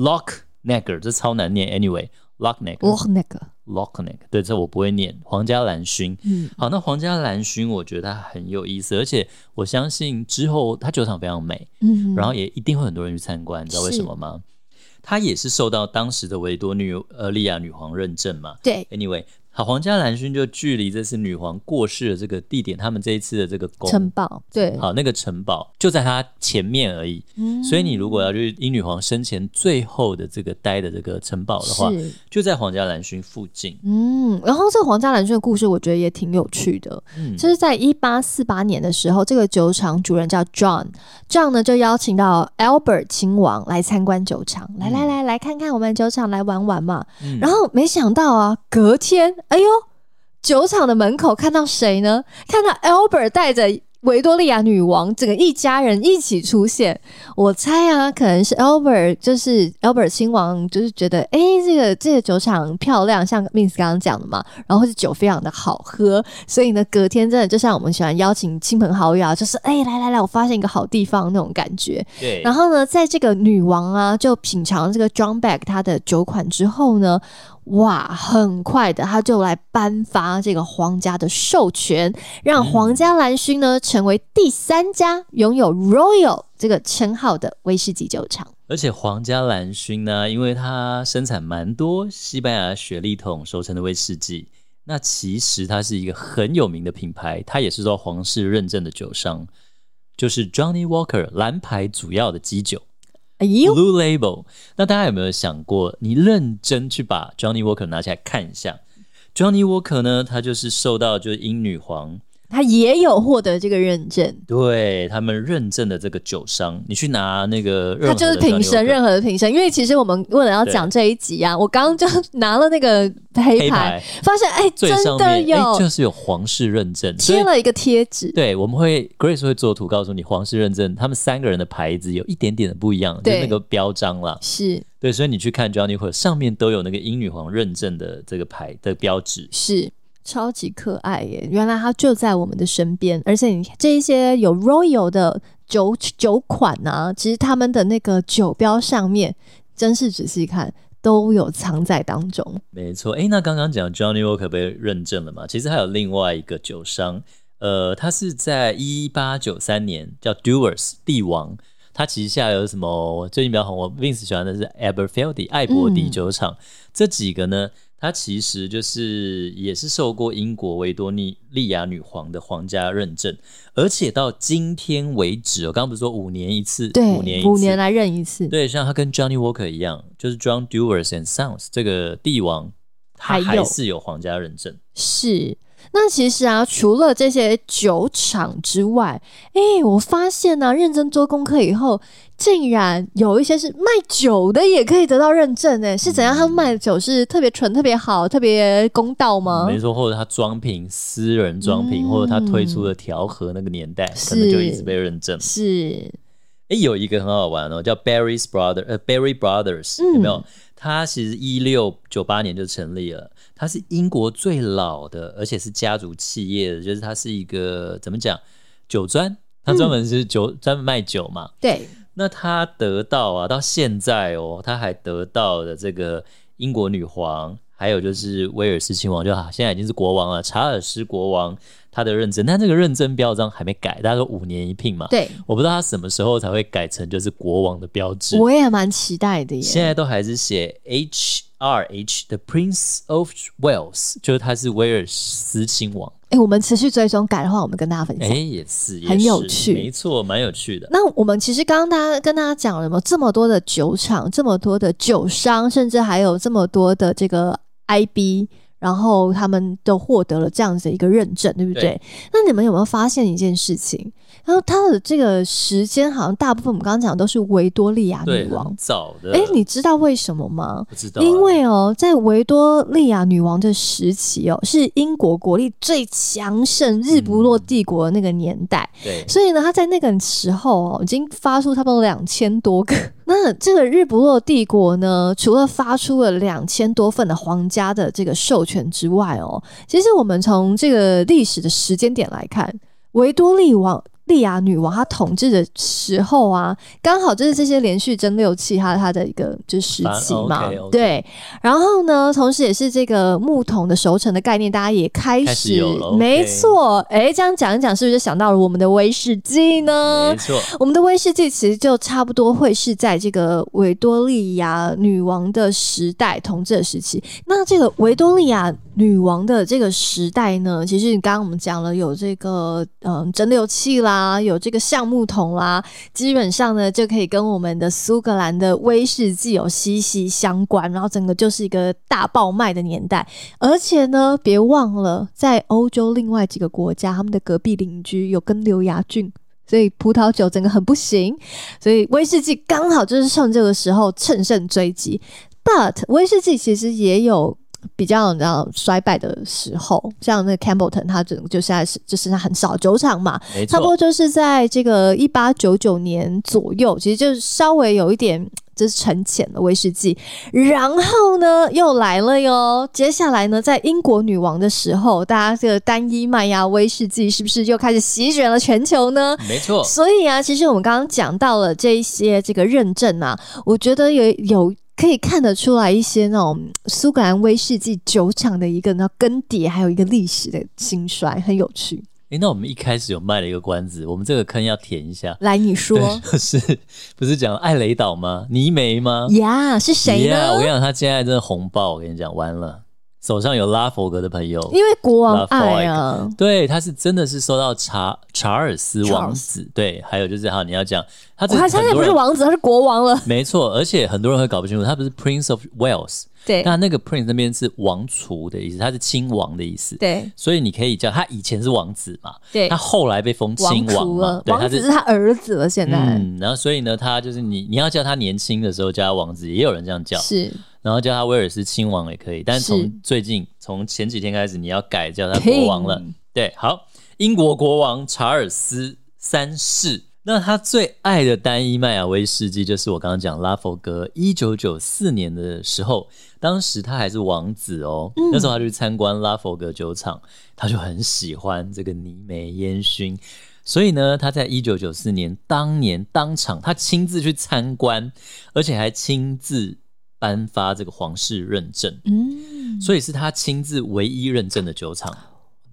Lochnecker），这超难念。Anyway。哦 Lochnecker，Lochnecker，、那个，对，这我不会念。皇家蓝勋，嗯，好，那皇家蓝勋，我觉得它很有意思，而且我相信之后它酒厂非常美，嗯然后也一定会很多人去参观，你知道为什么吗？它也是受到当时的维多女呃利亚女皇认证嘛。对 Anyway，好，皇家蓝勋就距离这次女皇过世的这个地点，他们这一次的这个宫城堡，对，好，那个城堡就在它前面而已。嗯所以你如果要去英女皇生前最后的这个待的这个城堡的话，是就在皇家蓝勋附近。嗯，然后这个皇家蓝轩的故事，我觉得也挺有趣的。嗯，就是在一八四八年的时候，这个酒厂主人叫 John，John 呢就邀请到 Albert 亲王来参观酒厂，来来来来看看我们酒厂，来玩玩嘛。嗯然后没想到啊，隔天，哎呦，酒厂的门口看到谁呢？看到 Albert 带着维多利亚女王，整个一家人一起出现。我猜啊，可能是 Albert，就是 Albert 亲王，就是觉得，哎，这个这个酒厂漂亮，像 Miss 刚刚讲的嘛，然后这酒非常的好喝，所以呢，隔天真的就像我们喜欢邀请亲朋好友啊，就是哎，来来来，我发现一个好地方那种感觉。对，然后呢，在这个女王啊就品尝这个 John Beck 它的酒款之后呢，哇，很快的，他就来颁发这个皇家的授权，嗯让皇家蓝勋呢成为第三家拥有 Royal 这个称号的威士忌酒厂。而且皇家蓝勋呢，因为它生产蛮多西班牙雪利桶熟成的威士忌，那其实它是一个很有名的品牌，它也是受皇室认证的酒商，就是 Johnny Walker 蓝牌主要的基酒哎呦， Blue Label。那大家有没有想过，你认真去把 Johnny Walker 拿起来看一下？Johnny Walker 呢，它就是受到就是英女皇他也有获得这个认证，对他们认证的这个酒商，你去拿那个任何他的就是调评酒审课任何的评审。因为其实我们为了要对讲这一集啊，我刚刚就拿了那个黑黑牌，牌发现哎、最真上的面哎有就是有皇室认证，所以贴了一个贴纸，对我们会 Grace 会做图告诉你皇室认证，他们三个人的牌子有一点点的不一样，就是对那个标章啦。是对，所以你去看 Johnny h o 上面都有那个英女皇认证的这个牌的标志。是。超级可爱耶！原来它就在我们的身边，而且你这一些有 Royal 的酒酒款啊，其实他们的那个酒标上面，真是仔细看都有藏在当中。没错，诶，那刚刚讲 Johnny Walker 被认证了嘛？其实还有另外一个酒商，呃，他是在一八九三年叫 Doers 帝王，他旗下有什么最近比较红，我 Vince 喜欢的是嗯 Aberfeldy 艾伯迪酒厂、这几个呢，它其实就是也是受过英国维多利利亚女皇的皇家认证，而且到今天为止，我刚刚不是说五年一次，对，五年一次，五年来认一次，对，像他跟 Johnny Walker 一样，就是 John Doers and Sons 这个帝王，他还有还是有皇家认证。是。那其实啊，除了这些酒厂之外，哎、我发现呢、啊，认真做功课以后，竟然有一些是卖酒的也可以得到认证诶、是嗯怎样？他们卖的酒是特别纯、特别好、特别公道吗？没错，或者他装瓶、私人装瓶，嗯或者他推出的调和那个年代，可能就一直被认证。是，哎，有一个很好玩哦，叫 Barry's Brother，呃，Barry Brothers，、嗯有没有？他其实一六九八年就成立了，他是英国最老的，而且是家族企业的，就是他是一个怎么讲酒专，他专门是酒、专门卖酒嘛，对，那他得到啊，到现在哦，他还得到的这个英国女皇，还有就是威尔士亲王，就、啊、现在已经是国王了，查尔斯国王他的认证，但这个认证标章还没改，大家说五年一聘嘛，对，我不知道他什么时候才会改成就是国王的标志。我也蛮期待的现耶。在都还是写 H R H 的 Prince of Wales，就是他是威尔斯亲王。哎、我们持续追踪改的话，我们跟大家分哎、享。也是，也很是有趣没错，蛮有趣的。那我们其实刚刚大家跟大家讲了嘛，这么多的酒厂，这么多的酒商，甚至还有这么多的这个 IB，然后他们都获得了这样子的一个认证，对不对？对那你们有没有发现一件事情？然后它的这个时间好像大部分我们刚刚讲的都是维多利亚对，女很王。早的。哎，你知道为什么吗？不知道啊、因为哦，在维多利亚女王的时期哦，是英国国力最强盛、日不嗯落帝国的那个年代。对，所以呢，他在那个时候哦，已经发出差不多两千多 个。那这个日不落帝国呢，除了发出了两千多份的皇家的这个授权之外哦，其实我们从这个历史的时间点来看，维多利王。利亚女王她统治的时候啊，刚好就是这些连续蒸馏器它它的一个就是时期嘛，啊，OK，OK 对。然后呢，同时也是这个木桶的熟成的概念，大家也开始，开始有了，OK 没错。哎，这样讲一讲，是不是就想到了我们的威士忌呢没？错，我们的威士忌其实就差不多会是在这个维多利亚女王的时代统治的时期。那这个维多利亚女王的这个时代呢，其实你刚刚我们讲了有这个嗯蒸馏器啦，有这个橡木桶啦，基本上呢就可以跟我们的苏格兰的威士忌有息息相关，然后整个就是一个大爆卖的年代。而且呢，别忘了在欧洲另外几个国家，他们的隔壁邻居有根瘤蚜菌。所以葡萄酒整个很不行，所以威士忌刚好就是趁这个时候乘胜追击。But 威士忌其实也有比较你知道衰败的时候，像那个 Campbellton，它整个就现在是就剩下很少酒厂嘛，没差不多，错就是在这个一八九九年左右，其实就是稍微有一点。就是沉潜的威士忌，然后呢又来了哟。接下来呢，在英国女王的时候，大家这个单一麦芽威士忌是不是又开始席卷了全球呢？没错，所以啊，其实我们刚刚讲到了这一些这个认证啊，我觉得有有可以看得出来一些那种嗯苏格兰威士忌酒厂的一个那更迭，还有一个历史的兴衰，很有趣。诶，那我们一开始有卖了一个关子，我们这个坑要填一下。来，你说对， 就是不是讲艾雷岛吗？泥煤吗？呀是谁呢 Yeah，我跟你讲，他现在真的红爆，我跟你讲，完了，手上有拉佛格的朋友，因为国王 Love 爱啊，对，他是真的是收到查查尔斯王子，对，还有就是哈，你要讲，他这哇，他现很在多不是人王子，他是国王了。没错，而且很多人会搞不清楚，他不是 Prince of Wales，对那那个 Prince 那边是王储的意思，他是亲王的意思。对所以你可以叫他以前是王子嘛，对他，后来被封亲王储嘛了，，对，王他子是他儿子了，现在嗯，然后所以呢，他就是你你要叫他年轻的时候叫他王子，也有人这样叫，是然后叫他威尔斯亲王也可以，但是是从最近从前几天开始，你要改叫他国王了 King。对，好，英国国王查尔斯三世，那他最爱的单一麦芽威士忌就是我刚刚讲拉佛格。一九九四年的时候，当时他还是王子哦，那时候他就去参观拉佛格酒厂，他就很喜欢这个泥煤烟熏。所以呢，他在一九九四年当年当场，他亲自去参观，而且还亲自颁发这个皇室认证，嗯，所以是他亲自唯一认证的酒厂。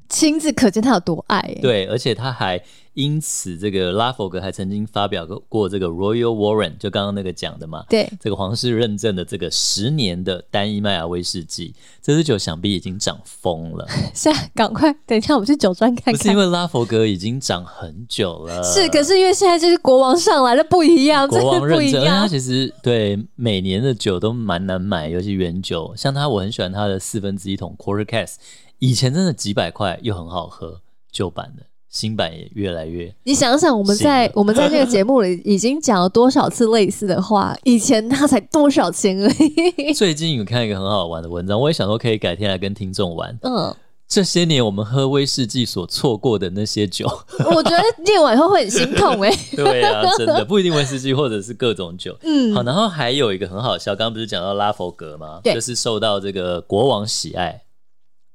亲自可见他有多爱、欸。，对，而且他还因此这个拉佛格还曾经发表过过这个 Royal Warrant，就刚刚那个讲的嘛。对这个皇室认证的这个十年的单一麦芽威士忌，这支酒想必已经涨疯了，现在赶快，等一下我们去酒庄 看不是因看。为拉佛格已经涨很久了， 是，可是因为现在就是国王上来了，不一样，真呃国的王认不一证，而且它 样。其实对每年的酒都蛮难买，尤其原酒，像它我很喜欢它的四分之一桶 quarter case，以前真的几百块又很好喝，旧版的，新版也越来越你想想，我们在行我们在这个节目里已经讲了多少次类似的话？以前他才多少钱而已。 最近有看一个很好玩的文章，我也想说可以改天来跟听众玩。嗯，这些年我们喝威士忌所错过的那些酒， 嗯我觉得念完以后会很心痛哎、对啊，真的不一定威士忌，或者是各种酒。嗯好，然后还有一个很好笑，刚刚不是讲到拉佛格吗？对就是受到这个国王喜爱，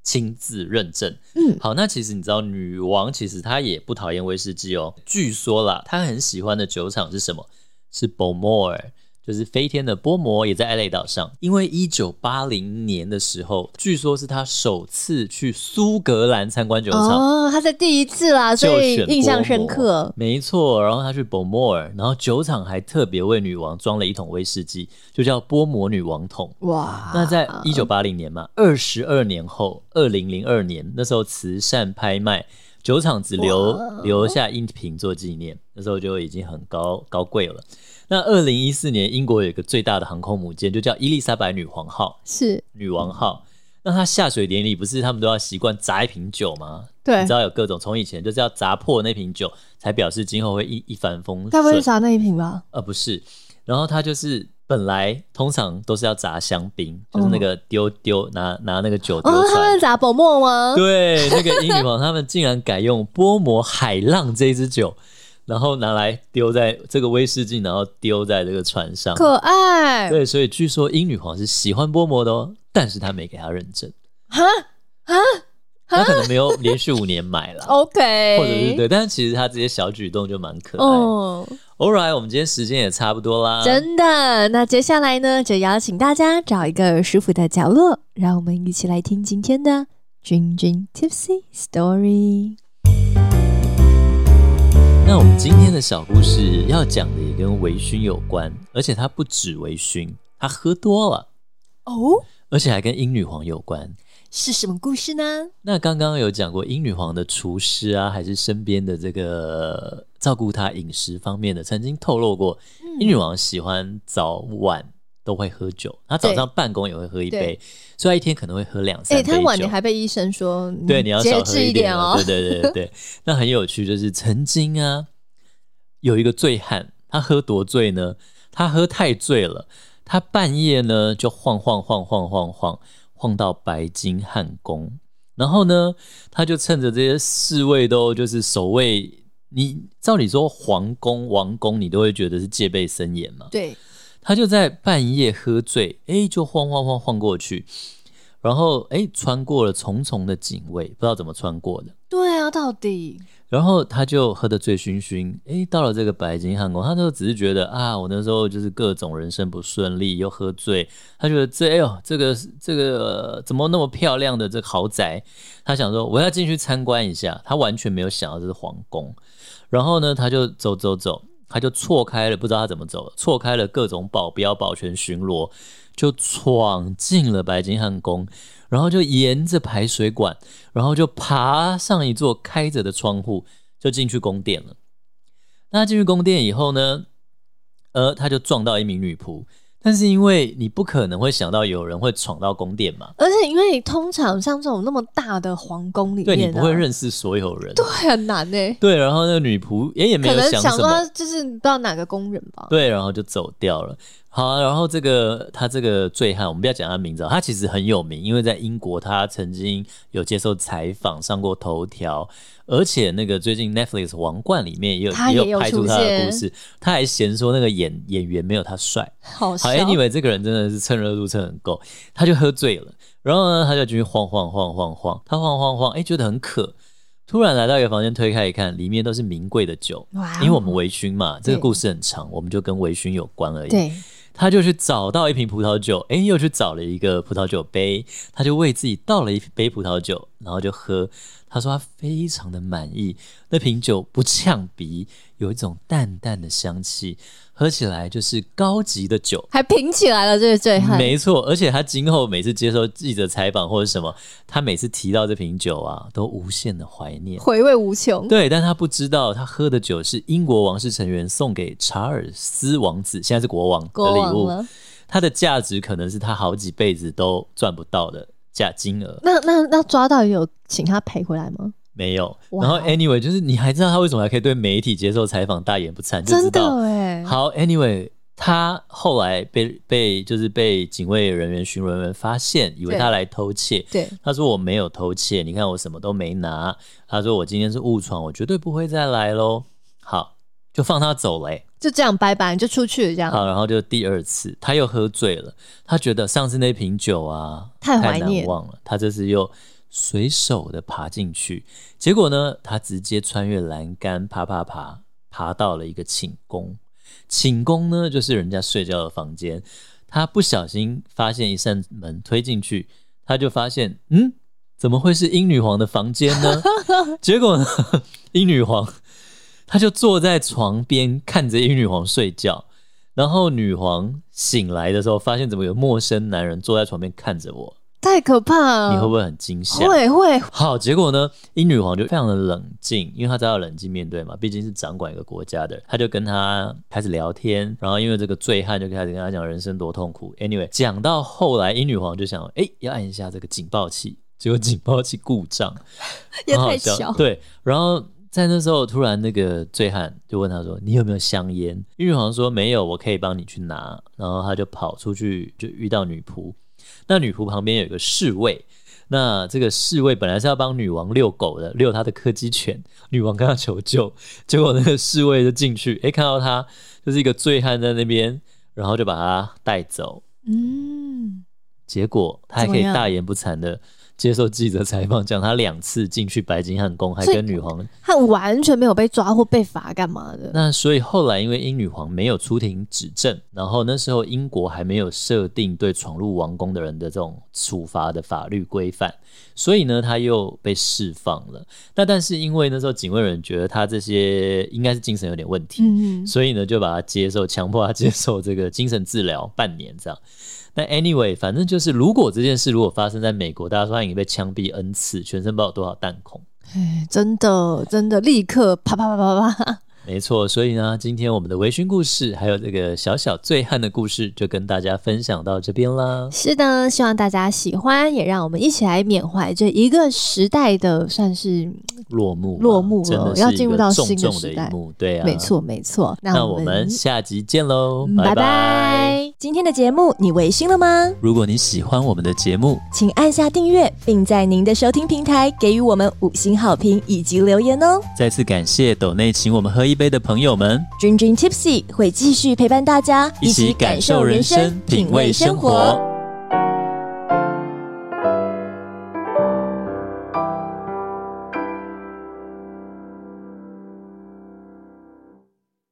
亲自认证。嗯，好，那其实你知道，女王其实她也不讨厌威士忌哦。据说啦，她很喜欢的酒厂是什么？是 Bowmore，就是飞天的波摩，也在艾雷岛上。因为一九八零年的时候，据说是她首次去苏格兰参观酒厂。哦，他在第一次啦，就所以选印象深波刻摩。没错。然后她去 Bowmore，然后酒厂还特别为女王装了一桶威士忌，就叫波摩女王桶。哇那在一九八零年嘛，二十二年后，二零零二年那时候慈善拍卖，酒厂只留哇留下一瓶做纪念，那时候就已经很高高贵了。那二零一四年，英国有一个最大的航空母舰，就叫伊丽莎白女皇号、是女王嗯号。那她下水典礼不是他们都要习惯砸一瓶酒吗？对你知，道有各种，从以前就是要砸破那瓶酒，才表示今后会一一帆风顺。该不会是砸那一瓶吧？呃，不是，然后他就是本来通常都是要砸香槟，就是那个丢丢拿拿那个酒丢哦，他船。 们砸宝墨吗？对，啊那个英女皇他们竟然改用波摩海浪这支酒，然后拿来丢在这个威士忌，然后丢在这个船上。可爱对，所以据说英女皇是喜欢波摩的哦，但是她没给他认证，哈 哈她可能没有连续五年买了， ，OK，或者是对，但是其实她这些小举动就蛮可爱的。哦， All right，我们今天时间也差不多啦，真的。那接下来呢，就邀请大家找一个舒服的角落，让我们一起来听今天的 Dream Dream Tipsy Story。那我们今天的小故事要讲的也跟微醺有关，而且它不止微醺，它喝多了，哦，而且还跟英女皇有关。是什么故事呢？那刚刚有讲过英女皇的厨师啊，还是身边的这个照顾她饮食方面的，曾经透露过，嗯英女王喜欢早晚都会喝酒，她早上办公也会喝一杯，所以她一天可能会喝两三哎，杯酒。他晚年还被医生说，嗯对，你要节少喝制一点哦。。哦对对对对 对，那很有趣，就是曾经啊，有一个醉汉，他喝多醉呢？他喝太醉了，他半夜呢就晃晃晃晃晃晃晃到白金汉宫，然后呢，他就趁着这些侍卫都就是守卫。你照理说，皇宫、王宫，你都会觉得是戒备森严嘛？对，他就在半夜喝醉，哎，就晃晃晃晃过去，然后哎，穿过了重重的警卫，不知道怎么穿过的。对啊，到底然后他就喝得醉醺醺，哎，到了这个白金汉宫，他就只是觉得啊，我那时候就是各种人生不顺利，又喝醉，他觉得这哎呦，这个这个、呃怎么那么漂亮的这个豪宅，他想说我要进去参观一下，他完全没有想到这是皇宫。然后呢，他就走走走，他就错开了，不知道他怎么走，错开了各种保镖、保全巡逻，就闯进了白金汉宫，然后就沿着排水管，然后就爬上一座开着的窗户，就进去宫殿了。那进去宫殿以后呢，呃，他就撞到一名女仆。但是因为你不可能会想到有人会闯到宫殿嘛，而且因为通常像这种那么大的皇宫里面、啊，对你不会认识所有人，对很难呢、对，然后那个女仆也也没可有能想什说么他，就是不知道哪个工人吧，对，然后就走掉了。好啊、然后这个他这个醉汉，我们不要讲他名字啊，他其实很有名，因为在英国他曾经有接受采访，上过头条，而且那个最近 Netflix《王冠》里面也有他也有有拍出他出的现故事，他还嫌说那个演演员没有他帅。好笑。好，Anyway，这个人真的是趁热度趁很够，他就喝醉了，然后呢，他就继续晃晃晃晃晃，他晃晃晃，哎、觉得很渴，突然来到一个房间，推开一看，里面都是名贵的酒，哇哦因为我们微醺嘛，这个啊对故事很长，我们就跟微醺有关而已。对他就去找到一瓶葡萄酒，诶，又去找了一个葡萄酒杯，他就为自己倒了一杯葡萄酒，然后就喝。他说他非常的满意，那瓶酒不呛鼻，有一种淡淡的香气，喝起来就是高级的酒。还拼起来了，这个醉汉。没错，而且他今后每次接受记者采访或者什么，他每次提到这瓶酒啊，都无限的怀念。回味无穷，对，但他不知道，他喝的酒是英国王室成员送给查尔斯王子，现在是国王的国礼王物了，。它的价值可能是他好几辈子都赚不到的价金额。那那那抓到有请他赔回来吗？没有，哇然后 anyway，就是你还知道他为什么还可以对媒体接受采访大言不惭，就知真道的哎，好，Anyway，他后来被被就是被警卫人员、巡逻人员发现，以为对他来偷窃。对，他说我没有偷窃，你看我什么都没拿。他说我今天是误闯，我绝对不会再来喽。好，就放他走嘞、就这样拜拜，你就出去了这样。好，然后就第二次，他又喝醉了，他觉得上次那瓶酒啊太怀难念忘了，他这次又随手的爬进去，结果呢，他直接穿越栏杆，爬爬爬，爬到了一个寝宫。寝宫呢，就是人家睡觉的房间，他不小心发现一扇门推进去，他就发现，嗯，怎么会是英女皇的房间 呢？结果呢，英女皇她就坐在床边看着英女皇睡觉，然后女皇醒来的时候，发现怎么有陌生男人坐在床边看着我，太可怕了！你会不会很惊吓？嗯会会好，结果呢，英女皇就非常的冷静，因为她知道冷静面对嘛，毕竟是掌管一个国家的人，她就跟他开始聊天，然后因为这个醉汉就开始跟他讲人生多痛苦。Anyway，讲到后来，英女皇就想，哎，要按一下这个警报器，结果警报器故障， 也很好太笑小，对，然后。在那时候，突然那个醉汉就问他说：“你有没有香烟？”英女皇说：“没有，我可以帮你去拿。”然后他就跑出去，就遇到女仆。那女仆旁边有一个侍卫，那这个侍卫本来是要帮女王遛狗的，遛她的柯基犬。女王跟他求救，结果那个侍卫就进去，诶，看到他就是一个醉汉在那边，然后就把他带走。嗯，结果他还可怎以么样大言不惭的接受记者采访，讲他两次进去白金汉宫，还所以跟女皇。他完全没有被抓或被罚干嘛的，那所以后来因为英女皇没有出庭指证，然后那时候英国还没有设定对闯入王宫的人的这种处罚的法律规范，所以呢他又被释放了。那但是因为那时候警卫人觉得他这些应该是精神有点问题，嗯，所以呢，就把他接受，强迫他接受这个精神治疗半年这样。那 anyway，反正就是，如果这件事如果发生在美国，大家说他已经被枪毙 n 次，全身不知道有多少弹孔。哎真的真的立刻啪啪啪啪 啪，没错，所以呢，今天我们的微醺故事，还有这个小小醉汉的故事，就跟大家分享到这边啦。是的，希望大家喜欢，也让我们一起来缅怀这一个时代的算是嗯落幕啊，落幕了真的是要进入到一个新的重重的时代一幕，对啊，没。错没错。那我们下集见喽，嗯拜拜拜。今天的节目你微醺了吗？如果你喜欢我们的节目，请按下订阅，并在您的收听平台给予我们五星好评以及留言哦。再次感谢斗内请我们喝一杯的朋友们。君君 Tipsy 会继续陪伴大家，一起感受人生，品味生活。